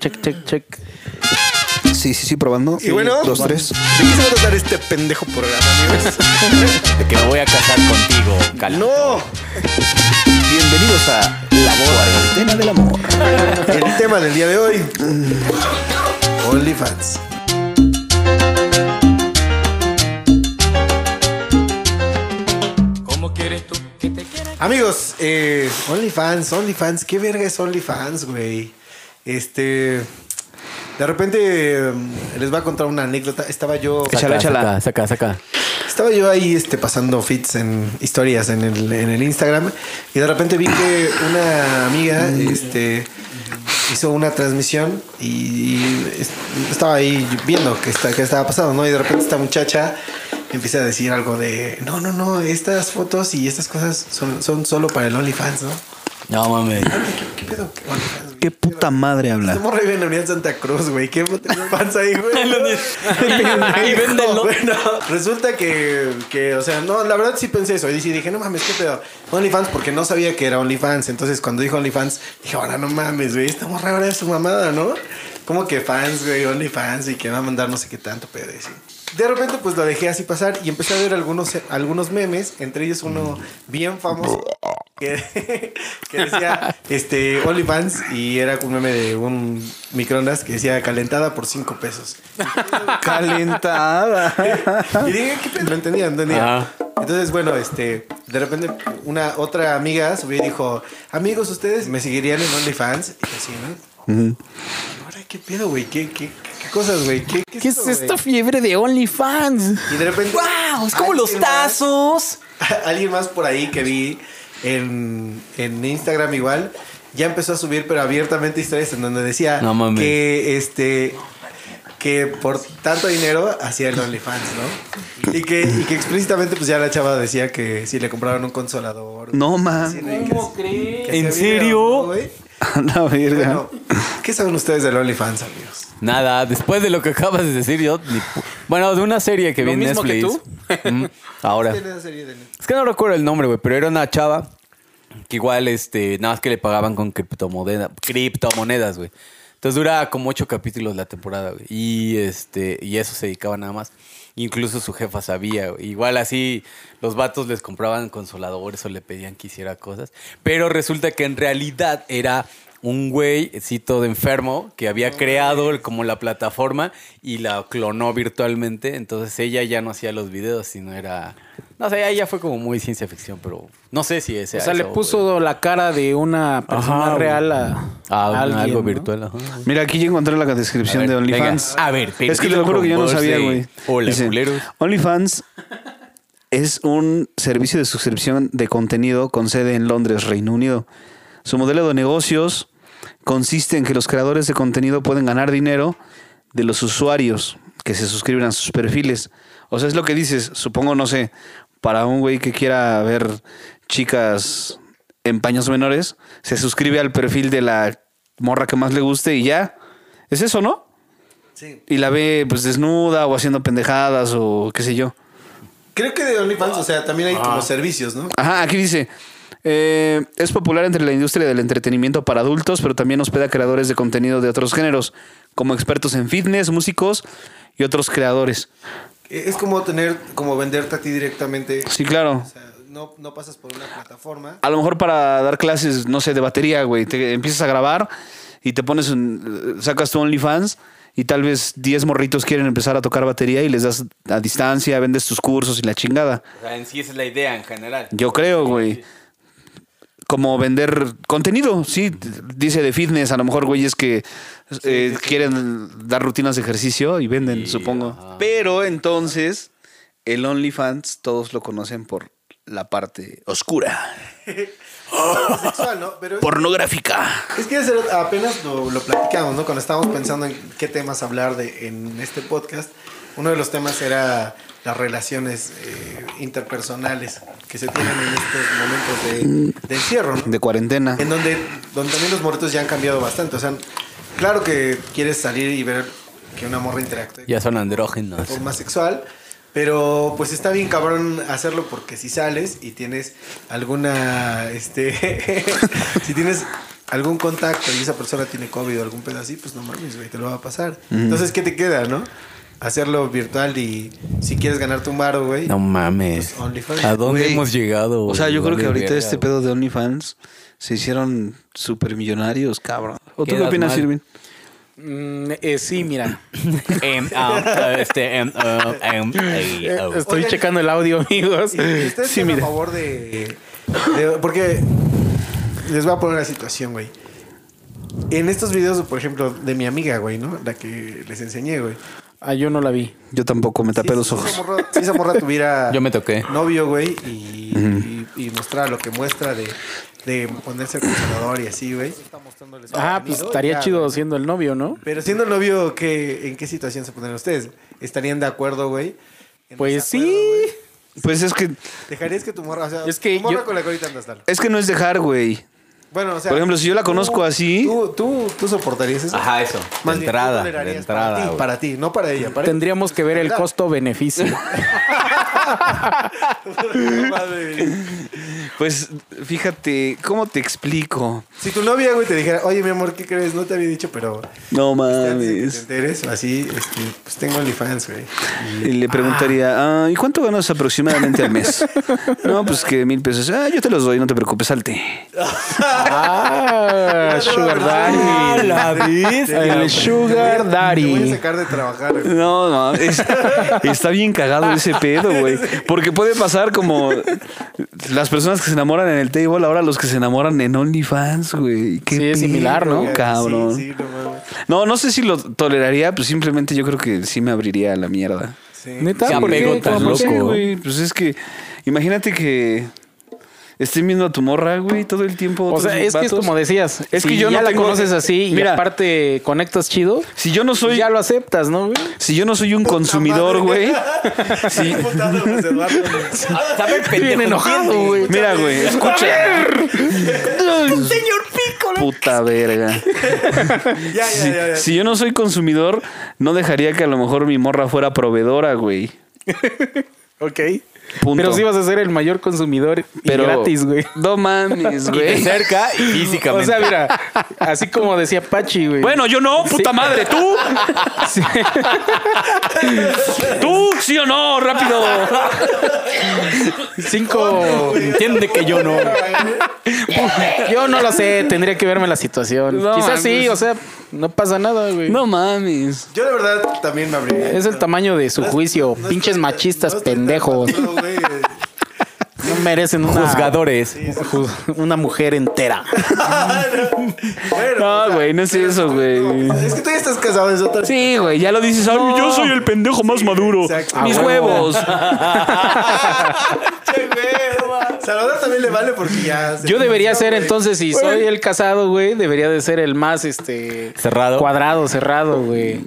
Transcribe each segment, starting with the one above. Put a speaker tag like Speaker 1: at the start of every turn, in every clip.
Speaker 1: check, check, check.
Speaker 2: Sí, sí, sí, probando.
Speaker 3: Y bueno,
Speaker 2: dos, tres.
Speaker 3: ¿De qué se va a tratar este pendejo programa, amigos?
Speaker 4: De que me voy a casar contigo, Cala.
Speaker 3: no,
Speaker 2: Bienvenidos a La Cuarentena del Amor.
Speaker 3: el tema del día de hoy. OnlyFans. Amigos, eh, OnlyFans, OnlyFans, ¿qué verga es OnlyFans, güey? Este, de repente eh, les voy a contar una anécdota. Estaba yo,
Speaker 4: Saca,
Speaker 2: Échala, échala.
Speaker 4: Saca, saca. saca.
Speaker 3: estaba yo ahí, este, pasando fits en historias en el, en el Instagram y de repente vi que una amiga, este, hizo una transmisión y, y es- estaba ahí viendo qué, está, qué estaba pasando, ¿no? Y de repente esta muchacha empieza a decir algo de, no, no, no, estas fotos y estas cosas son, son solo para el OnlyFans, ¿no?
Speaker 4: No mames.
Speaker 3: ¿Qué pedo? ¿Qué OnlyFans, güey?
Speaker 2: Qué puta madre
Speaker 3: Este
Speaker 2: habla.
Speaker 3: morro vive en la Unidad Santa Cruz, güey. ¿Qué panza ahí, güey?
Speaker 4: Ahí véndelo.
Speaker 3: Bueno, resulta que, que, o sea, no, la verdad sí pensé eso. Y sí dije, no mames, qué pedo. OnlyFans, porque no sabía que era OnlyFans. Entonces, cuando dijo OnlyFans, dije, ahora no mames, güey. Esta morra ahora es su mamada, ¿no? Como que fans, güey, OnlyFans y que va a mandar no sé qué tanto pedo. y así. De repente, pues lo dejé así pasar y empecé a ver algunos, algunos memes, entre ellos uno bien famoso que, que decía este OnlyFans y era un meme de un microondas que decía calentada por cinco pesos.
Speaker 2: Calentada.
Speaker 3: Y dije, ¿qué pedo? No entendía, no entendía.
Speaker 4: Ajá.
Speaker 3: Entonces, bueno, este, de repente una otra amiga subió y dijo, amigos, ¿ustedes me seguirían en OnlyFans? Y yo así, ¿no? Ahora, ¿qué pedo, güey? ¿Qué, qué, qué cosas, güey? ¿Qué,
Speaker 1: ¿Qué es
Speaker 3: güey?
Speaker 1: esta fiebre de OnlyFans?
Speaker 3: Y de repente...
Speaker 4: ¡Wow! Es como los
Speaker 3: alguien más-
Speaker 4: tazos.
Speaker 3: alguien más por ahí que vi en, en Instagram igual ya empezó a subir pero abiertamente historias en donde decía
Speaker 4: No mames.
Speaker 3: que este que por tanto dinero hacía el OnlyFans, ¿no? Y que, y que explícitamente pues ya la chava decía que si le compraron un consolador.
Speaker 2: No
Speaker 3: que
Speaker 2: mames.
Speaker 3: hacía
Speaker 4: crees?
Speaker 3: video,
Speaker 4: ¿En
Speaker 3: ¿no,
Speaker 4: serio?
Speaker 3: güey?
Speaker 2: A la verga.
Speaker 3: Bueno, ¿qué saben ustedes del OnlyFans, amigos?
Speaker 4: Nada, después de lo que acabas de decir, yo. ni pu- Bueno, de una serie que
Speaker 1: ¿Lo
Speaker 4: vi en
Speaker 1: mismo que
Speaker 4: Netflix. Mm, ahora.
Speaker 3: ¿Tienen esa serie de
Speaker 4: Es que no recuerdo el nombre, güey, pero era una chava que igual, este, nada más que le pagaban con criptomoneda- criptomonedas, güey. Entonces dura como ocho capítulos la temporada, güey. Y este, y eso se dedicaba nada más. Incluso su jefa sabía, güey. Igual así los vatos les compraban consoladores o le pedían que hiciera cosas. Pero resulta que en realidad era un güeycito de enfermo que había creado el- como la plataforma y la clonó virtualmente. Entonces ella ya no hacía los videos, sino era. No sé, ella fue como muy ciencia ficción, pero no sé si ese.
Speaker 1: O sea, le puso la cara de una persona
Speaker 4: Ajá,
Speaker 1: real a,
Speaker 4: a un-
Speaker 1: a alguien,
Speaker 4: algo
Speaker 1: ¿no?
Speaker 4: virtual. ajá.
Speaker 2: Mira, aquí ya encontré la descripción
Speaker 4: A ver,
Speaker 2: de OnlyFans.
Speaker 4: venga. A ver,
Speaker 2: es que te lo juro que yo no
Speaker 4: con
Speaker 2: sabía,
Speaker 4: voz de
Speaker 2: güey.
Speaker 4: hola,
Speaker 2: Dice,
Speaker 4: culeros.
Speaker 2: OnlyFans es un servicio de suscripción de contenido con sede en Londres, Reino Unido. Su modelo de negocios consiste en que los creadores de contenido pueden ganar dinero de los usuarios que se suscriben a sus perfiles. O sea, es lo que dices, supongo, no sé, para un güey que quiera ver chicas en paños menores, se suscribe al perfil de la morra que más le guste y ya. Es eso, ¿no?
Speaker 3: Sí.
Speaker 2: y la ve pues desnuda o haciendo pendejadas o qué sé yo.
Speaker 3: Creo que de OnlyFans, o sea, también hay
Speaker 4: Ah.
Speaker 3: como servicios, ¿no?
Speaker 2: Ajá, aquí dice. eh, es popular entre la industria del entretenimiento para adultos, pero también hospeda creadores de contenido de otros géneros, como expertos en fitness, músicos y otros creadores.
Speaker 3: Es como tener, como venderte a ti directamente.
Speaker 2: Sí, claro.
Speaker 3: O sea, no, no pasas por una plataforma.
Speaker 2: A lo mejor para dar clases, no sé, de batería, güey. Te empiezas a grabar y te pones, un- sacas tu OnlyFans y tal vez 10 morritos quieren empezar a tocar batería y les das a distancia, vendes tus cursos y la chingada.
Speaker 4: O sea, en sí esa es la idea en general.
Speaker 2: Yo creo, güey. Como vender contenido, sí. t- Dice de fitness, a lo mejor güeyes que eh, quieren dar rutinas de ejercicio y venden,
Speaker 4: Sí,
Speaker 2: supongo.
Speaker 4: ajá.
Speaker 2: Pero entonces, el OnlyFans todos lo conocen por la parte oscura,
Speaker 3: sexual, ¿no? Pero es-
Speaker 2: pornográfica.
Speaker 3: es que hace- apenas lo, lo platicamos, ¿no? Cuando estábamos pensando en qué temas hablar de, en este podcast, uno de los temas era las relaciones eh, interpersonales que se tienen en estos momentos de, de encierro, ¿no?
Speaker 2: De cuarentena.
Speaker 3: En donde, donde también los morritos ya han cambiado bastante. O sea, claro que quieres salir y ver que una morra interactúe
Speaker 4: Ya son andrógenos.
Speaker 3: forma sexual. Pero pues está bien cabrón hacerlo porque si sales y tienes alguna, este, si tienes algún contacto y esa persona tiene COVID o algún pedo así, pues no mames, güey, te lo va a pasar. Entonces, ¿qué te queda, no? Hacerlo virtual y si quieres ganar tu maro, güey.
Speaker 4: No mames.
Speaker 3: OnlyFans.
Speaker 4: ¿A dónde
Speaker 2: Güey,
Speaker 4: hemos llegado?
Speaker 2: O sea,
Speaker 4: güey?
Speaker 2: yo creo que
Speaker 4: Vale
Speaker 2: ahorita
Speaker 4: verga,
Speaker 2: este
Speaker 4: güey.
Speaker 2: pedo de OnlyFans se hicieron supermillonarios, cabrón. ¿O tú qué
Speaker 4: Quedas
Speaker 2: opinas,
Speaker 4: mal.
Speaker 2: Irving?
Speaker 1: Mm, eh, sí, mira.
Speaker 4: Em, ah, este, em, ah, em, ay,
Speaker 1: Eh,
Speaker 4: au.
Speaker 1: Estoy
Speaker 3: Oigan.
Speaker 1: checando el audio, amigos.
Speaker 3: ¿Y ¿Ustedes
Speaker 1: Sí,
Speaker 3: están a
Speaker 1: mira.
Speaker 3: favor de, de- Porque les voy a poner la situación, güey. En estos videos, por ejemplo, de mi amiga, güey, ¿no? La que les enseñé, güey.
Speaker 1: Ah, yo no la vi.
Speaker 2: Yo tampoco me tapé
Speaker 3: Si-
Speaker 2: los
Speaker 3: si
Speaker 2: ojos.
Speaker 3: esa morra- Si esa morra tuviera
Speaker 4: Yo me toqué.
Speaker 3: novio, güey, y, y, y mostrara lo que muestra de, de ponerse el consolador y así, güey.
Speaker 1: Ah, pues estaría
Speaker 3: Ya,
Speaker 1: chido
Speaker 3: güey.
Speaker 1: siendo el novio, ¿no?
Speaker 3: Pero siendo el novio, ¿qué, ¿en qué situación se pondrían ustedes? ¿Estarían de acuerdo, güey? ¿En
Speaker 1: Pues
Speaker 3: desacuerdo,
Speaker 1: sí.
Speaker 3: güey?
Speaker 2: Pues es que
Speaker 3: ¿Dejarías que tu morra, o sea,
Speaker 1: Es que
Speaker 3: tu morra
Speaker 1: yo-
Speaker 3: con la colita andas tal?
Speaker 2: es que no es dejar, güey.
Speaker 3: Bueno, o sea.
Speaker 2: Por ejemplo, si yo la
Speaker 3: tú-
Speaker 2: conozco así-
Speaker 3: ¿Tú, tú, tú soportarías eso?
Speaker 4: Ajá, eso.
Speaker 3: Más
Speaker 4: de
Speaker 3: bien,
Speaker 4: entrada.
Speaker 3: ¿tú
Speaker 4: De
Speaker 3: tolerarías
Speaker 4: entrada.
Speaker 3: Para ti,
Speaker 4: güey.
Speaker 3: para ti, no para ella. Para
Speaker 1: Tendríamos que ver el costo-beneficio.
Speaker 3: Madre.
Speaker 2: Pues fíjate, ¿cómo te explico?
Speaker 3: Si tu novia, güey, te dijera, oye, mi amor, ¿qué crees? No te había dicho, pero.
Speaker 2: No
Speaker 3: Antes de que te
Speaker 2: mames.
Speaker 3: enteres, así, este, pues tengo OnlyFans, güey.
Speaker 2: Y le preguntaría, ah, ¿y cuánto ganas aproximadamente al mes? No, pues que mil pesos. Ah, yo te los doy, no te preocupes, salte.
Speaker 1: ah, Sugar
Speaker 4: Ah,
Speaker 1: Daddy.
Speaker 4: la viste.
Speaker 1: El Sugar
Speaker 3: Te voy a
Speaker 1: Daddy.
Speaker 3: sacar de trabajar, güey.
Speaker 2: No, no, es- está bien cagado ese pedo, güey. Porque puede pasar como las personas que se enamoran en el table, ahora los que se enamoran en OnlyFans, güey. Qué
Speaker 1: Sí, es similar, ¿no?
Speaker 2: pedo, Cabrón.
Speaker 3: Sí, sí, no mames.
Speaker 2: No, no sé si lo toleraría, pues simplemente yo creo que sí me abriría a la mierda.
Speaker 3: Sí.
Speaker 1: Neta,
Speaker 4: Qué
Speaker 1: ¿por
Speaker 4: apego
Speaker 1: qué?
Speaker 4: tan
Speaker 1: ¿Por
Speaker 2: No
Speaker 1: qué,
Speaker 2: sé,
Speaker 4: loco.
Speaker 1: güey?
Speaker 2: güey. Pues es que imagínate que estén viendo a tu morra, güey, todo el tiempo.
Speaker 1: O
Speaker 2: otros
Speaker 1: sea, es que es
Speaker 2: vatos.
Speaker 1: como decías.
Speaker 2: Es
Speaker 1: Es
Speaker 2: que
Speaker 1: que
Speaker 2: yo
Speaker 1: yo ya
Speaker 2: no
Speaker 1: la
Speaker 2: tengo-
Speaker 1: conoces así y
Speaker 2: Mira.
Speaker 1: aparte conectas chido.
Speaker 2: Si yo no soy,
Speaker 1: Ya lo aceptas, ¿no, güey?
Speaker 2: si yo no soy un consumidor,
Speaker 3: madre.
Speaker 2: güey. sí.
Speaker 3: Putado, pues, Eduardo, güey.
Speaker 4: Sabe el pendejo,
Speaker 1: Bien enojado,
Speaker 4: ¿entiendes?
Speaker 1: güey.
Speaker 2: Mira, güey, escucha.
Speaker 4: Señor Pico.
Speaker 2: Puta verga.
Speaker 3: Ya, ya, ya. ya.
Speaker 2: Si yo no soy consumidor, no dejaría que a lo mejor mi morra fuera proveedora, güey.
Speaker 1: Ok.
Speaker 2: Punto.
Speaker 1: Pero sí vas a ser el mayor consumidor y
Speaker 2: Pero
Speaker 1: gratis, güey.
Speaker 2: No mames,
Speaker 4: Y de
Speaker 2: güey.
Speaker 4: cerca y físicamente.
Speaker 1: O sea, mira, así como decía Pachi, güey.
Speaker 2: Bueno, yo no, puta
Speaker 1: Sí.
Speaker 2: madre, tú.
Speaker 1: Sí.
Speaker 2: Tú, sí o no, rápido.
Speaker 1: cinco.
Speaker 4: entiende que yo no.
Speaker 1: Yo no lo sé, tendría que verme la situación.
Speaker 2: No,
Speaker 1: Quizás sí,
Speaker 2: mames.
Speaker 1: o sea, no pasa nada, güey.
Speaker 2: No mames.
Speaker 3: Yo, la verdad, también me abriría.
Speaker 1: Es el tamaño de su juicio.
Speaker 3: No
Speaker 1: Pinches
Speaker 3: estoy-
Speaker 1: machistas
Speaker 3: no estoy tan
Speaker 1: pendejos.
Speaker 3: maduro, güey.
Speaker 1: No merecen una.
Speaker 4: Juzgadores.
Speaker 1: ju- Una mujer entera.
Speaker 3: Bueno, o
Speaker 2: No,
Speaker 3: sea,
Speaker 2: güey, no es eso, güey.
Speaker 3: Es que tú ya estás casado, es otra.
Speaker 2: Sí, güey, ya lo dices. "Ay, yo soy el pendejo más maduro.
Speaker 3: exacto.
Speaker 2: Mis
Speaker 1: Ah, huevo.
Speaker 2: huevos.
Speaker 3: Che, güey. Salvador también le vale porque ya. se-
Speaker 1: Yo debería ser entonces, si soy el casado, güey, debería de ser el más este
Speaker 4: Cerrado.
Speaker 1: cuadrado, cerrado, güey.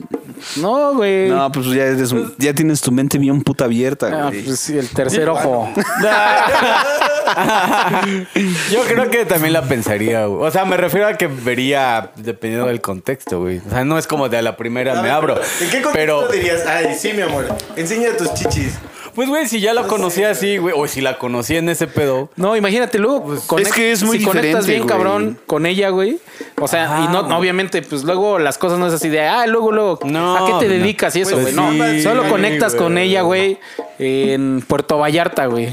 Speaker 1: No, güey.
Speaker 2: No, pues ya, eres un- ya tienes tu mente bien puta abierta,
Speaker 1: Ah,
Speaker 2: güey.
Speaker 1: pues sí, el tercer ojo.
Speaker 4: Yo creo que también la pensaría, güey. O sea, me refiero a que vería dependiendo del contexto, güey. O sea, no es como de a la primera me abro.
Speaker 3: ¿En qué contexto
Speaker 4: Pero,
Speaker 3: dirías? Ay, sí, mi amor. Enseña tus chichis.
Speaker 4: pues, güey, si ya la conocía así, güey, o si la conocía en ese pedo.
Speaker 1: No, imagínate luego. conect-
Speaker 2: Pues, es que es muy
Speaker 1: Si conectas
Speaker 2: diferente,
Speaker 1: bien
Speaker 2: güey. Ah.
Speaker 1: cabrón con ella, güey. O sea,
Speaker 4: Ajá,
Speaker 1: y no,
Speaker 4: güey.
Speaker 1: obviamente, pues luego las cosas no es así de, ah, luego, luego.
Speaker 4: No,
Speaker 1: ¿A qué te
Speaker 4: no.
Speaker 1: dedicas y eso,
Speaker 4: Pues
Speaker 1: güey? no,
Speaker 4: sí,
Speaker 1: solo
Speaker 4: güey.
Speaker 1: conectas con ella, güey, en Puerto Vallarta, güey.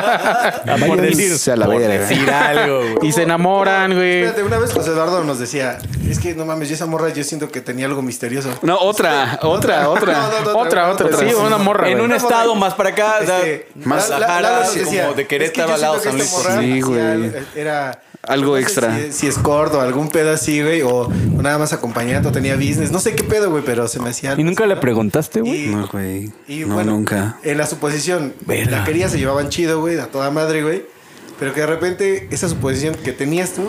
Speaker 4: Por
Speaker 2: Váyanse
Speaker 4: decir,
Speaker 2: a la
Speaker 4: por
Speaker 2: verga.
Speaker 4: decir algo, güey.
Speaker 1: y se enamoran, güey.
Speaker 3: Espérate, una vez José Eduardo nos decía: Es que no mames, yo esa morra, yo siento que tenía algo misterioso.
Speaker 2: No, otra, otra,
Speaker 3: No, no,
Speaker 2: otra.
Speaker 3: no,
Speaker 1: Otra, otra, sí, una morra.
Speaker 4: Pues, En
Speaker 1: güey.
Speaker 4: un estado más para acá, o sea,
Speaker 3: Este,
Speaker 2: Más-
Speaker 3: La- la-
Speaker 4: Guadalajara,
Speaker 3: Lalo nos decía,
Speaker 4: como de
Speaker 3: "Es que
Speaker 4: Querétaro
Speaker 3: yo
Speaker 4: al lado
Speaker 3: siento que
Speaker 4: San Luis.
Speaker 3: esta morra
Speaker 2: Sí,
Speaker 3: hacía
Speaker 2: güey.
Speaker 3: al- Era
Speaker 2: Algo
Speaker 3: sé
Speaker 2: extra.
Speaker 3: Si, si es gordo, algún pedo así, güey, o, o nada más acompañando, tenía business. No sé qué pedo, güey, pero se me hacía.
Speaker 4: ¿Y nunca le preguntaste,
Speaker 3: Y-
Speaker 4: güey?
Speaker 2: No, güey.
Speaker 3: y
Speaker 2: no,
Speaker 3: bueno,
Speaker 2: nunca.
Speaker 3: En la suposición,
Speaker 4: Verga.
Speaker 3: la quería, se llevaban chido, güey, a toda madre, güey. Pero que de repente esa suposición que tenías tú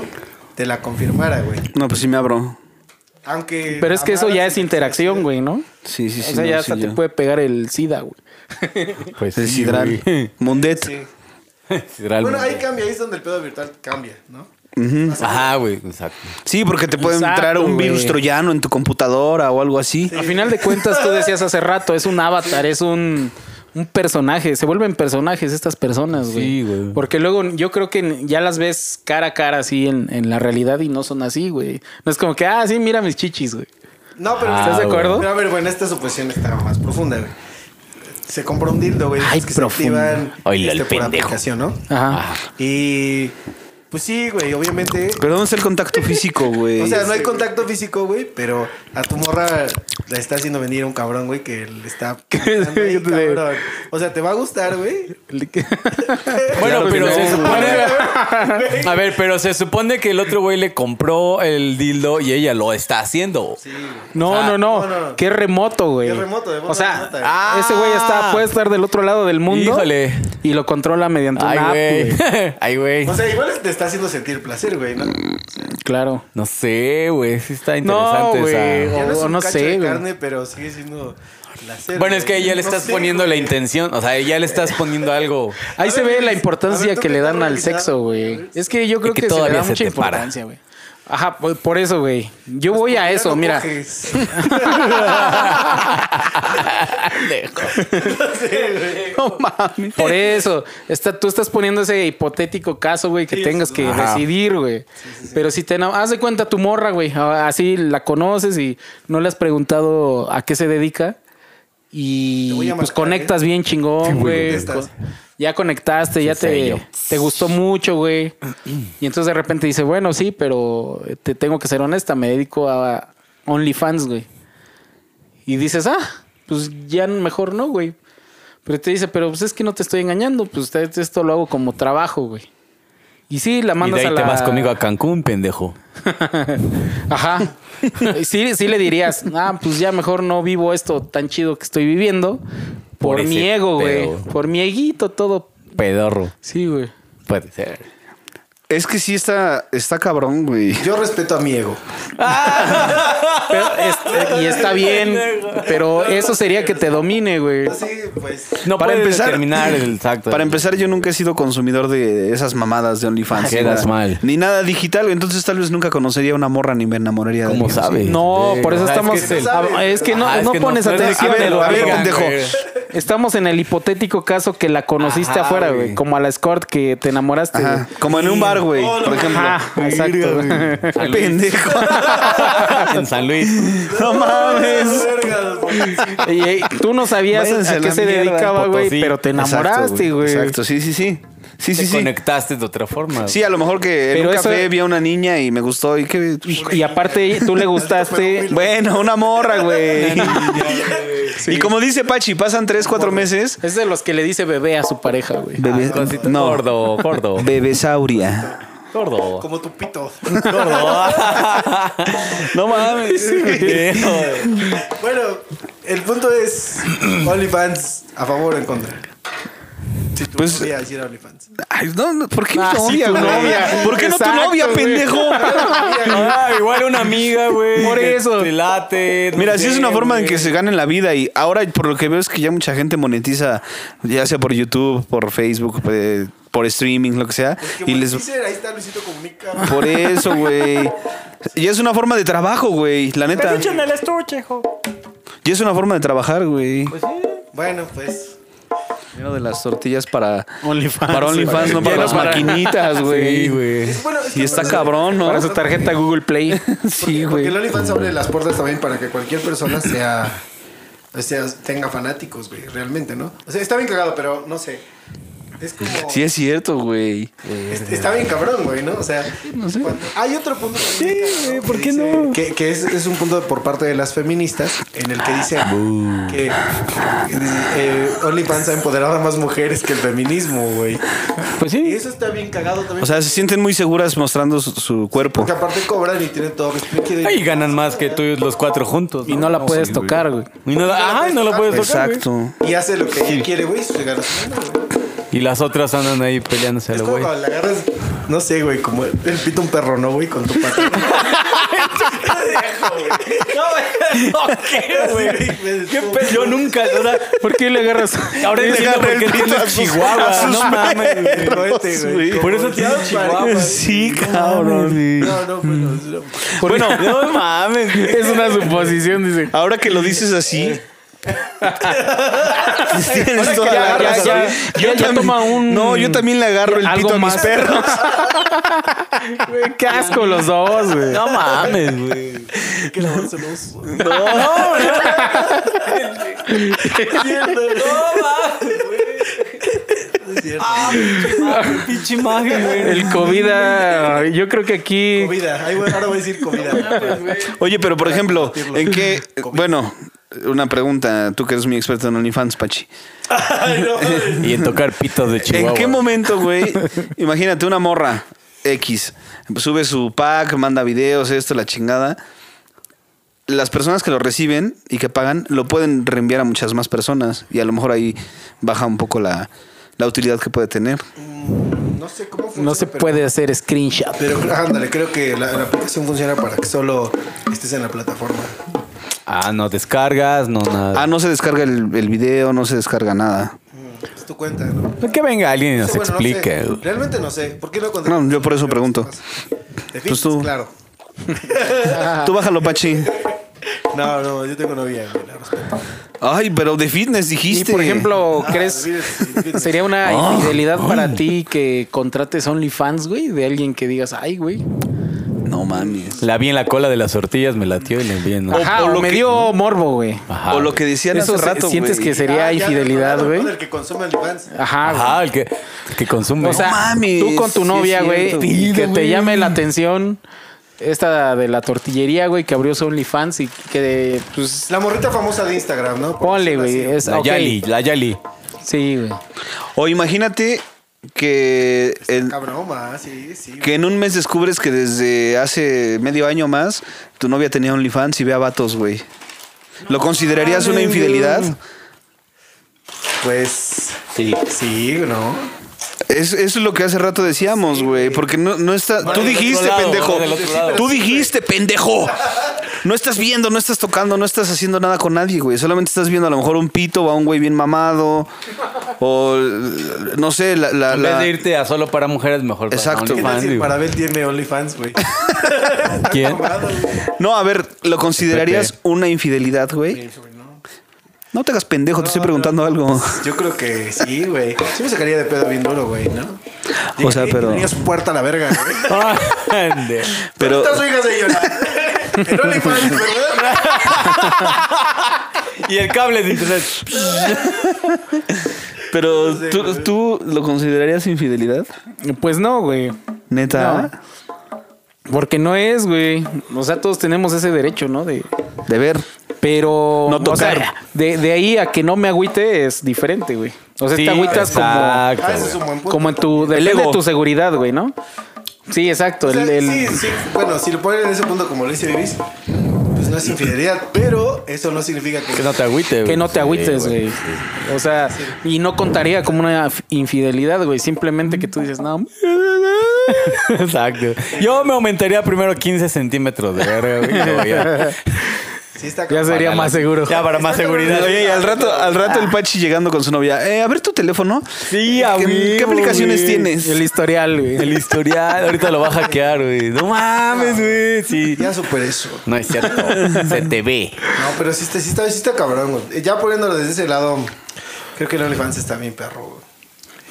Speaker 3: te la confirmara, güey.
Speaker 2: No, pues sí me abro.
Speaker 3: Aunque.
Speaker 1: Pero es que eso ya es interacción, güey, ¿no?
Speaker 2: Sí, sí, sí.
Speaker 1: o sea,
Speaker 2: no,
Speaker 1: ya
Speaker 2: sí,
Speaker 1: hasta te
Speaker 2: yo.
Speaker 1: puede pegar el SIDA, güey.
Speaker 4: Pues
Speaker 2: El sidral. Mundet.
Speaker 3: Sí.
Speaker 4: Sidral.
Speaker 3: Bueno, ahí
Speaker 4: güey.
Speaker 3: cambia, ahí es donde el pedo virtual cambia, ¿no?
Speaker 4: Ajá, güey, exacto.
Speaker 2: Sí, porque te puede
Speaker 1: Exacto,
Speaker 2: entrar un
Speaker 1: güey.
Speaker 2: virus troyano
Speaker 3: Este,
Speaker 2: en tu computadora o algo así.
Speaker 1: A final de cuentas, tú decías hace rato, es un avatar, es un, un personaje, se vuelven personajes estas personas, güey.
Speaker 4: Sí, güey.
Speaker 1: Porque luego yo creo que ya las ves cara a cara así en, en la realidad y no son así, güey. No es como que, ah, sí, mira mis chichis, güey.
Speaker 3: No, pero
Speaker 4: Ah,
Speaker 1: ¿Estás de
Speaker 4: güey.
Speaker 1: acuerdo?
Speaker 3: Pero a ver, bueno, esta suposición está más profunda, güey. Se compró un dildo, güey.
Speaker 1: Ay,
Speaker 3: es que
Speaker 1: profunda.
Speaker 3: se activan este,
Speaker 4: Oílo, el
Speaker 3: por
Speaker 4: pendejo.
Speaker 3: aplicación, ¿no?
Speaker 1: Ajá.
Speaker 4: Ah.
Speaker 3: Y pues sí, güey, obviamente.
Speaker 2: Pero ¿dónde está el contacto físico, güey?
Speaker 3: O sea, no hay contacto físico, güey, pero a tu morra la está haciendo venir un cabrón, güey, que le está. picando ahí, cabrón. O sea, te va a gustar, güey.
Speaker 4: Bueno,
Speaker 1: Claro que
Speaker 4: pero
Speaker 1: no,
Speaker 4: se
Speaker 1: güey.
Speaker 4: supone. A ver, pero se supone que el otro güey le compró el dildo y ella lo está haciendo.
Speaker 1: No,
Speaker 4: Ah,
Speaker 1: no, no,
Speaker 3: no, no.
Speaker 1: Qué remoto, güey.
Speaker 3: Qué remoto, de
Speaker 1: O
Speaker 3: modo
Speaker 1: sea,
Speaker 3: remota, güey.
Speaker 4: ah,
Speaker 1: ese güey está, puede estar del otro lado del mundo.
Speaker 4: Híjole.
Speaker 1: Y lo controla mediante
Speaker 4: Ay,
Speaker 1: una app, güey.
Speaker 4: güey. Ay, güey.
Speaker 3: O sea, igual te está haciendo sentir placer, güey, ¿no?
Speaker 1: Claro.
Speaker 4: No sé, güey. Sí está
Speaker 1: No,
Speaker 4: interesante esa.
Speaker 1: güey.
Speaker 3: Ya no es
Speaker 1: O
Speaker 3: un
Speaker 1: no
Speaker 3: cacho
Speaker 1: sé,
Speaker 3: de
Speaker 1: güey.
Speaker 3: carne, pero sigue siendo placer.
Speaker 4: Bueno, es que
Speaker 3: güey.
Speaker 4: ya le
Speaker 3: No
Speaker 4: estás
Speaker 3: sé,
Speaker 4: poniendo la
Speaker 3: güey.
Speaker 4: intención. O sea, ya le estás poniendo algo.
Speaker 1: Ahí
Speaker 3: A
Speaker 1: se
Speaker 3: ver,
Speaker 1: ve la
Speaker 3: Luis, a
Speaker 1: importancia
Speaker 3: ver, ¿tú
Speaker 1: que
Speaker 3: qué
Speaker 1: le dan
Speaker 3: tal
Speaker 1: al
Speaker 3: organizado?
Speaker 1: sexo, güey. Es que yo creo
Speaker 4: que
Speaker 1: que, se le
Speaker 4: todavía
Speaker 1: da
Speaker 4: se
Speaker 1: mucha
Speaker 4: te para.
Speaker 1: importancia, güey. Ajá, por, por eso, güey. Yo voy a
Speaker 3: Pues Ya
Speaker 1: eso,
Speaker 3: no
Speaker 1: mira.
Speaker 3: coges.
Speaker 1: Por eso. Está, tú estás poniendo ese hipotético caso, güey, que
Speaker 3: Sí,
Speaker 1: tengas que
Speaker 4: ajá.
Speaker 1: decidir, güey. Pero si te enam- haz de cuenta tu morra, güey. a- Así la conoces y no le has preguntado a qué se dedica. Y
Speaker 3: Te voy a
Speaker 1: pues
Speaker 3: marcar, ¿eh?
Speaker 1: conectas bien chingón, güey.
Speaker 3: contestas.
Speaker 1: Co- Ya conectaste, ya
Speaker 4: sello.
Speaker 1: te, te gustó mucho, güey. Y entonces de repente dice, bueno, sí, pero eh, te tengo que ser honesta, me dedico a OnlyFans, güey. Y dices, ah, pues ya mejor no, güey. Pero te dice, pero pues es que no te estoy engañando, pues te- esto lo hago como trabajo, güey. Y sí, la
Speaker 4: Y
Speaker 1: mandas
Speaker 4: de ahí
Speaker 1: a
Speaker 4: te
Speaker 1: la-
Speaker 4: vas conmigo a Cancún, pendejo.
Speaker 1: Ajá. Y sí, sí le dirías, ah, pues ya mejor no vivo esto tan chido que estoy viviendo por,
Speaker 4: Por ese
Speaker 1: mi ego, güey.
Speaker 4: pedo.
Speaker 1: Por mi eguito todo.
Speaker 4: Pedorro.
Speaker 1: Sí, güey.
Speaker 4: Puede ser.
Speaker 2: Es que sí está, está cabrón, güey.
Speaker 3: Yo respeto a mi ego.
Speaker 1: Pero este- y está bien, pero eso sería que te domine, güey.
Speaker 3: Sí, pues.
Speaker 4: No
Speaker 2: Para
Speaker 4: para
Speaker 2: empezar-
Speaker 4: empezar, determinar el exacto.
Speaker 2: Para empezar, yo nunca he sido consumidor de esas mamadas de OnlyFans. ni
Speaker 4: Quedas
Speaker 2: nada-
Speaker 4: mal.
Speaker 2: Ni nada digital, güey. entonces tal vez nunca conocería una morra ni me enamoraría de
Speaker 4: ¿Cómo
Speaker 2: alguien,
Speaker 4: sabe?
Speaker 2: sí.
Speaker 1: No,
Speaker 4: Sí,
Speaker 1: por eso
Speaker 4: o sea, Ah, es
Speaker 1: estamos.
Speaker 4: que
Speaker 1: Es
Speaker 4: es
Speaker 1: que,
Speaker 4: el-
Speaker 1: no,
Speaker 4: Ajá, es
Speaker 1: no
Speaker 4: que
Speaker 1: pones
Speaker 4: no- no es de
Speaker 1: atención.
Speaker 4: que me
Speaker 1: a lo
Speaker 4: lo
Speaker 1: que
Speaker 2: ver,
Speaker 1: digo.
Speaker 4: digan,
Speaker 2: pendejo.
Speaker 4: güey.
Speaker 1: Estamos en el hipotético caso que la conociste
Speaker 4: Ajá,
Speaker 1: afuera, güey.
Speaker 4: güey.
Speaker 1: Como a la escort que te enamoraste.
Speaker 2: Ajá. Como en un bar, güey, por ejemplo.
Speaker 1: Ajá, Ah, exacto.
Speaker 4: San Luis.
Speaker 2: Pendejo.
Speaker 4: en San Luis.
Speaker 2: No mames.
Speaker 3: Verga, güey.
Speaker 1: Y, eh, tú no sabías
Speaker 2: Váyanse
Speaker 1: a
Speaker 2: a
Speaker 1: qué
Speaker 2: la
Speaker 1: se
Speaker 2: mierda,
Speaker 1: dedicaba, güey,
Speaker 4: Potosí.
Speaker 1: pero te enamoraste,
Speaker 2: Exacto,
Speaker 1: güey.
Speaker 2: Exacto, sí, sí, sí. Sí, sí,
Speaker 4: Te
Speaker 2: sí.
Speaker 4: conectaste de otra forma.
Speaker 2: Sí, a lo mejor que en
Speaker 1: Pero
Speaker 2: un
Speaker 1: eso-
Speaker 2: café vi a una niña y me gustó y que... pues,
Speaker 1: Y, y aparte, tú le gustaste.
Speaker 2: Bueno, una morra, güey. Y como dice Pachi, pasan tres, cuatro meses.
Speaker 1: Es de los que le dice bebé a su pareja, güey.
Speaker 2: Bebé,
Speaker 4: Cosita-
Speaker 2: no,
Speaker 4: Gordo, gordo,
Speaker 2: bebesauria.
Speaker 4: gordo.
Speaker 3: Como tu pito.
Speaker 2: No mames.
Speaker 1: Eh,
Speaker 3: Bueno, el punto es OnlyFans a favor o en contra. Si tú
Speaker 2: Pues-
Speaker 3: voy a decir OnlyFans.
Speaker 2: Ay, no, no, ¿por qué
Speaker 1: Ah,
Speaker 2: tu
Speaker 1: sí,
Speaker 2: novia,
Speaker 1: tu
Speaker 2: güey?
Speaker 1: novia.
Speaker 2: ¿Por qué no tu
Speaker 1: Exacto,
Speaker 2: novia,
Speaker 1: güey.
Speaker 2: pendejo?
Speaker 4: Ah, igual una amiga, güey.
Speaker 1: Por
Speaker 4: que
Speaker 1: eso.
Speaker 4: Te late. no
Speaker 2: Mira, sí
Speaker 4: sé,
Speaker 2: es una forma en que
Speaker 4: güey.
Speaker 2: se ganen la vida y ahora por lo que veo es que ya mucha gente monetiza, ya sea por YouTube, por Facebook, eh, por streaming, lo que sea.
Speaker 3: Es que
Speaker 2: Y
Speaker 3: bueno,
Speaker 2: les... Pues
Speaker 3: dice, ahí está Luisito Comunica.
Speaker 2: Por eso, güey. Y es una forma de trabajo, güey, la neta.
Speaker 4: el estuche, jo.
Speaker 2: Y es una forma de trabajar, güey.
Speaker 3: Bueno, pues.
Speaker 2: Dinero de las tortillas para,
Speaker 1: OnlyFans.
Speaker 2: para OnlyFans, no para
Speaker 1: Dinero
Speaker 2: las maquinitas, güey.
Speaker 4: Sí, güey.
Speaker 3: Bueno, es que
Speaker 2: Y está
Speaker 3: bueno,
Speaker 2: cabrón, ¿no?
Speaker 1: Para su tarjeta Google Play.
Speaker 2: Sí,
Speaker 3: Porque
Speaker 2: güey.
Speaker 3: el OnlyFans abre las puertas también para que cualquier persona sea, o sea, tenga fanáticos, güey, realmente, ¿no? O sea, está bien cagado, pero no sé. Es como.
Speaker 2: Sí, es cierto, güey.
Speaker 3: es- está bien cabrón, güey, ¿no? O sea, cuando- hay otro punto. Sí, ¿por qué no? Que, que es, es un punto por parte de las feministas en el que dice que eh, OnlyFans ha empoderado a más mujeres que el feminismo, güey.
Speaker 1: Pues
Speaker 3: Y
Speaker 1: sí.
Speaker 3: eso está bien cagado también.
Speaker 2: O sea, se sienten muy seguras mostrando su, su cuerpo.
Speaker 3: porque aparte cobran y tienen todo restringido.
Speaker 4: Ahí ganan más que tú y los cuatro juntos.
Speaker 1: Y no la puedes tocar, güey.
Speaker 4: Y no la- ajá, y no la puedes
Speaker 2: Pues
Speaker 4: tocar. güey.
Speaker 2: Exacto.
Speaker 3: Y hace lo que ella quiere, güey, y se gana su dinero, güey.
Speaker 4: Y las otras andan ahí peleándose
Speaker 3: Es
Speaker 4: al
Speaker 3: como
Speaker 4: güey.
Speaker 3: cuando le agarras, no sé, güey, como el el pito a un perro, ¿no, güey? Con tu pata.
Speaker 4: No, ¿Qué,
Speaker 3: güey?
Speaker 4: ¿Qué pe- Yo nunca. Ahora,
Speaker 1: ¿Por qué le agarras?
Speaker 4: ahora entiendo por qué tienes Chihuahua. No mames, güey.
Speaker 2: este,
Speaker 3: Cohete, güey.
Speaker 4: Por eso tiene Chihuahua.
Speaker 2: Sí, cabrón.
Speaker 3: No, no, bueno, es una-
Speaker 2: Bueno,
Speaker 4: No mames.
Speaker 1: Es una suposición, dice.
Speaker 2: ahora que lo dices así, Tienes
Speaker 1: Ahora
Speaker 2: toda
Speaker 1: que ya- ya-
Speaker 2: la razón.
Speaker 1: ya- ya- ya
Speaker 2: también-
Speaker 1: toma un-
Speaker 2: No, yo también le agarro el
Speaker 1: algo
Speaker 2: pito a mis
Speaker 1: más.
Speaker 2: perros.
Speaker 1: Güey, Qué asco los dos, güey.
Speaker 4: No mames, güey.
Speaker 3: que lavárselos. No, es cierto.
Speaker 4: Pinche imagen, güey.
Speaker 1: El COVID, ah, yo creo que aquí.
Speaker 3: Comida. Ahí voy- ahora voy a decir comida.
Speaker 2: Oye, pero por ejemplo,
Speaker 3: compartirlo.
Speaker 2: ¿en qué? Bueno, una pregunta. Tú que eres muy experto en OnlyFans, Pachi.
Speaker 3: Ay, no.
Speaker 4: Y en tocar pitos de Chihuahua.
Speaker 2: ¿En qué momento, güey? Imagínate una morra X. Sube su pack, manda videos, esto, la chingada. Las personas que lo reciben y que pagan lo pueden reenviar a muchas más personas y a lo mejor ahí baja un poco la, la utilidad que puede tener.
Speaker 3: No sé cómo funciona.
Speaker 1: No se
Speaker 3: pero-
Speaker 1: puede hacer screenshot.
Speaker 3: Pero creo- ándale, creo que la, la aplicación funciona para que solo estés en la plataforma.
Speaker 4: Ah, no descargas, no nada.
Speaker 2: Ah, no se descarga el, el video, no se descarga nada.
Speaker 3: Es tu cuenta, ¿no?
Speaker 4: Que venga alguien y nos
Speaker 3: Bueno, no sé.
Speaker 4: explique.
Speaker 3: Realmente no sé. ¿Por qué no contestas?
Speaker 2: No, yo por eso
Speaker 3: Pero,
Speaker 2: pregunto. Pues
Speaker 3: ¿qué pasa? ¿Te fijas?
Speaker 2: tú.
Speaker 3: Claro.
Speaker 1: Ah.
Speaker 2: Tú bájalo, Pachi.
Speaker 3: No, no, yo tengo novia. güey, la respeto.
Speaker 2: Ay, pero de fitness
Speaker 1: Y
Speaker 2: dijiste.
Speaker 1: por ejemplo, ¿crees?
Speaker 3: Ah,
Speaker 1: ¿Sería una infidelidad para ti que contrates OnlyFans, güey? De alguien que digas, ay, güey.
Speaker 2: No mames.
Speaker 4: La vi en la cola de las tortillas, me latió y la envié. ¿no?
Speaker 1: Ajá,
Speaker 2: o
Speaker 1: o
Speaker 2: lo
Speaker 1: me
Speaker 2: que-
Speaker 1: dio morbo, güey.
Speaker 4: Ajá.
Speaker 2: O lo que decían
Speaker 1: Eso
Speaker 2: hace
Speaker 1: se-
Speaker 2: rato,
Speaker 1: sientes
Speaker 2: güey.
Speaker 1: que sería
Speaker 3: Ah, ya
Speaker 1: infidelidad,
Speaker 3: recordado,
Speaker 1: güey.
Speaker 3: ¿no? Del que consume OnlyFans.
Speaker 1: Ajá, güey.
Speaker 4: Ajá, el que, el que consume.
Speaker 1: Ah, O sea,
Speaker 2: No mames,
Speaker 1: tú con tu
Speaker 2: sí es
Speaker 1: novia, güey,
Speaker 2: cierto,
Speaker 1: y
Speaker 4: güey.
Speaker 1: que te
Speaker 4: Güey.
Speaker 1: llame la atención esta de la tortillería, güey, que abrió su OnlyFans y que, pues,
Speaker 3: La morrita famosa de Instagram, ¿no? Por
Speaker 1: ponle,
Speaker 3: decirlo
Speaker 1: güey.
Speaker 3: así.
Speaker 1: Es,
Speaker 4: la
Speaker 1: ok.
Speaker 4: Yali, la Yali.
Speaker 1: Sí, güey.
Speaker 2: O imagínate que, el-
Speaker 3: Cabrón, ma, sí, sí.
Speaker 2: que en un mes descubres que desde hace medio año más tu novia tenía OnlyFans y ve a vatos, güey. ¿Lo considerarías una
Speaker 4: mames,
Speaker 2: infidelidad?
Speaker 4: güey.
Speaker 3: Pues
Speaker 4: Sí.
Speaker 3: sí, ¿no?
Speaker 2: Es, eso es lo que hace rato decíamos, güey. Porque no, no está.
Speaker 4: Va
Speaker 2: tú
Speaker 4: del otro
Speaker 2: dijiste,
Speaker 4: lado,
Speaker 2: pendejo.
Speaker 4: va del otro lado.
Speaker 2: Tú dijiste, pendejo. No estás viendo, no estás tocando, no estás haciendo nada con nadie, güey. Solamente estás viendo a lo mejor un pito o a un güey bien mamado. O no sé, la. la-
Speaker 4: En
Speaker 2: la-
Speaker 4: vez de irte a solo para mujeres, mejor para
Speaker 2: Exacto.
Speaker 3: ¿Qué tal
Speaker 4: OnlyFans,
Speaker 3: si
Speaker 4: digo.
Speaker 3: Parabel tiene OnlyFans, güey?
Speaker 4: ¿Quién?
Speaker 3: Amado, güey.
Speaker 2: No, a ver, ¿lo considerarías
Speaker 4: Pepe.
Speaker 2: una infidelidad, güey? No te hagas pendejo, te estoy preguntando algo.
Speaker 3: Yo creo que sí, güey. Sí me sacaría de pedo bien duro, güey, ¿no?
Speaker 2: O sea,
Speaker 3: Llegaría y
Speaker 2: pero-
Speaker 3: tendría su puerta a la verga, güey.
Speaker 4: Ah, ande.
Speaker 2: Pero.
Speaker 3: Estas hijas de llorar. En OnlyFans, ¿verdad?
Speaker 4: y el cable de internet. pues,
Speaker 2: Pero
Speaker 3: No sé,
Speaker 2: ¿tú,
Speaker 3: güey.
Speaker 2: tú lo considerarías infidelidad?
Speaker 1: Pues no, güey.
Speaker 2: Neta. ¿eh?
Speaker 1: Porque no es, güey. O sea, todos tenemos ese derecho, ¿no? De,
Speaker 2: De ver.
Speaker 1: pero.
Speaker 2: No
Speaker 1: o sea,
Speaker 2: tocar.
Speaker 1: de, de ahí a que no me agüite es diferente, güey. O sea,
Speaker 4: Sí,
Speaker 1: te agüitas como,
Speaker 4: exacto,
Speaker 3: Ah, ese es
Speaker 4: güey.
Speaker 3: un buen punto.
Speaker 1: como en tu. Depende
Speaker 2: ego.
Speaker 1: de tu seguridad, güey, ¿no? Sí, exacto.
Speaker 3: O sea,
Speaker 1: el- el-
Speaker 3: Sí, sí. Bueno, si lo ponen en ese punto como lo dice Vivis, pues no es infidelidad, pero eso no significa que...
Speaker 4: Que no te agüites.
Speaker 1: Que no te agüites, güey. O sea, y no contaría como una f- infidelidad, güey. Simplemente que tú dices, no.
Speaker 4: Exacto. Yo me aumentaría primero 15 centímetros de verga, güey. y luego Ya,
Speaker 3: Sí está
Speaker 1: Ya sería más seguro.
Speaker 4: ya para más seguridad.
Speaker 2: Oye, y al rato, al rato
Speaker 1: Ah.
Speaker 2: el Pachi llegando con su novia. Eh, a ver tu teléfono.
Speaker 4: Sí, a
Speaker 2: ¿Qué,
Speaker 4: huevo,
Speaker 2: ¿Qué aplicaciones
Speaker 4: güey.
Speaker 2: tienes?
Speaker 1: El historial, güey.
Speaker 4: El historial, ahorita lo va a hackear, güey. No mames, güey. Sí.
Speaker 3: Ya superé eso.
Speaker 4: No es cierto. Se te ve.
Speaker 3: No, pero sí está, sí está, sí está cabrón, güey. Ya poniéndolo desde ese lado, creo que el OnlyFans está bien perro, güey.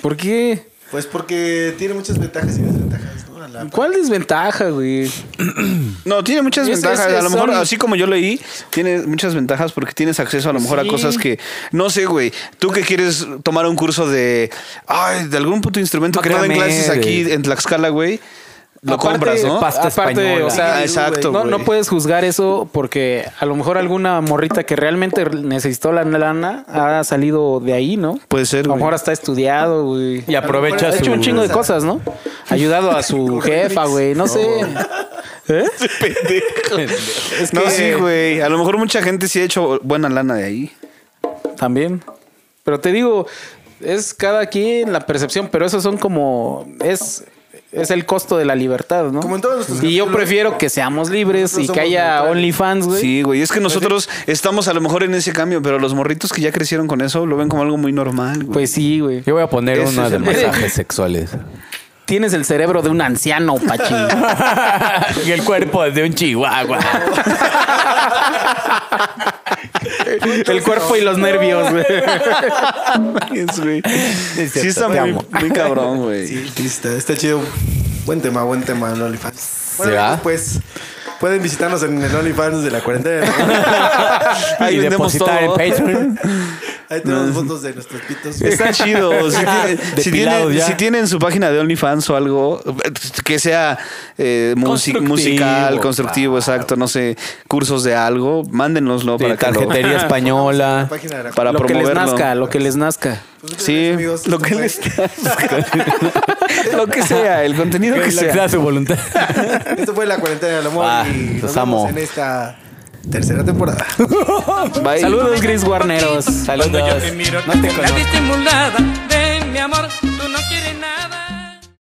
Speaker 1: ¿Por qué?
Speaker 3: Pues porque tiene muchas ventajas y desventajas, ¿no? A la-
Speaker 1: ¿Cuál desventaja, güey?
Speaker 2: No, tiene muchas
Speaker 1: Es- es-
Speaker 2: ventajas. a
Speaker 1: es-
Speaker 2: lo mejor,
Speaker 1: son-
Speaker 2: así como yo leí, tiene muchas ventajas porque tienes acceso a lo mejor
Speaker 1: Sí.
Speaker 2: a cosas que. No sé, güey. Tú que quieres tomar un curso de. Ay, de algún puto instrumento que no den
Speaker 4: Macramé,
Speaker 2: clases aquí
Speaker 4: de-
Speaker 2: en Tlaxcala, güey. Lo
Speaker 1: Aparte-
Speaker 2: compras, ¿no?
Speaker 4: pa- Pasta española.
Speaker 1: o sea,
Speaker 2: Ah, exacto,
Speaker 1: No,
Speaker 2: güey.
Speaker 1: no puedes juzgar eso porque a lo mejor alguna morrita que realmente necesitó la lana ha salido de ahí, ¿no?
Speaker 2: Puede ser,
Speaker 1: A lo
Speaker 2: güey.
Speaker 1: mejor hasta ha estudiado, güey.
Speaker 4: Y aprovecha
Speaker 1: Ha
Speaker 4: su.
Speaker 1: hecho un chingo de cosas, ¿no? Ayudado a su jefa, güey. No sé. ¿Eh? Es
Speaker 2: No,
Speaker 1: que-
Speaker 2: sí, güey. A lo mejor mucha gente sí ha hecho buena lana de ahí.
Speaker 1: También. Pero te digo, es cada quien la percepción, pero esos son como. Es, es el costo de la libertad, ¿no?
Speaker 3: Como en todos nuestros
Speaker 1: y yo
Speaker 3: capítulos.
Speaker 1: prefiero que seamos libres
Speaker 3: Nosotros
Speaker 1: y que
Speaker 3: somos
Speaker 1: haya
Speaker 3: neutrales.
Speaker 1: OnlyFans, güey. Pues
Speaker 2: Sí, güey. Es que nosotros estamos a lo mejor en ese cambio, pero los morritos que ya crecieron con eso lo ven como algo muy normal, güey.
Speaker 1: Pues sí, güey.
Speaker 4: Yo voy a poner
Speaker 2: Ese
Speaker 4: una
Speaker 2: es
Speaker 4: de
Speaker 2: el-
Speaker 4: masajes sexuales.
Speaker 1: Tienes el cerebro de un anciano, Pachi.
Speaker 4: y el cuerpo de un chihuahua.
Speaker 1: El cuerpo y los nervios, güey.
Speaker 2: Es, güey. Sí,
Speaker 4: cierto,
Speaker 2: está
Speaker 4: te
Speaker 2: muy,
Speaker 4: amo.
Speaker 2: muy cabrón, güey.
Speaker 3: Sí, sí, está, está chido. Buen tema, buen tema en OnlyFans. Bueno,
Speaker 4: ¿Será?
Speaker 3: amigos, pues pueden visitarnos en el OnlyFans de la cuarentena. ¿no?
Speaker 2: Ahí
Speaker 4: y
Speaker 2: vendemos
Speaker 4: depositar
Speaker 2: todo.
Speaker 4: en Patreon.
Speaker 3: Ahí tenemos fotos de nuestros pitos.
Speaker 2: Está chido. Si, tiene- si
Speaker 4: Depilados
Speaker 2: tiene-
Speaker 4: ya.
Speaker 2: si tienen su página de OnlyFans o algo eh, que sea eh, musi-
Speaker 4: Constructivo,
Speaker 2: musical, constructivo, exacto, no sé, cursos de algo, mándenoslo
Speaker 4: De
Speaker 2: para que lo-
Speaker 4: tarjetería española.
Speaker 3: Página de la
Speaker 2: para
Speaker 1: lo que les
Speaker 2: promoverlo.
Speaker 1: nazca, lo que les nazca.
Speaker 3: Pues muchas
Speaker 2: Sí,
Speaker 3: gracias, amigos.
Speaker 2: lo
Speaker 3: Esto
Speaker 2: que
Speaker 3: fue-
Speaker 2: les lo que sea, el contenido que
Speaker 4: Que la-
Speaker 2: sea.
Speaker 4: sea su voluntad.
Speaker 3: Esto fue la cuarentena del amor
Speaker 4: Ah,
Speaker 3: y nos
Speaker 4: los
Speaker 3: vemos
Speaker 4: amo.
Speaker 3: en esta tercera temporada.
Speaker 2: Bye.
Speaker 1: Saludos, Gris Guarneros.
Speaker 4: Saludos.
Speaker 5: Cuando yo te miro,
Speaker 4: No
Speaker 5: no
Speaker 4: te
Speaker 5: te
Speaker 4: conozco.
Speaker 5: estimulada de mi amor, tú no quieres nada.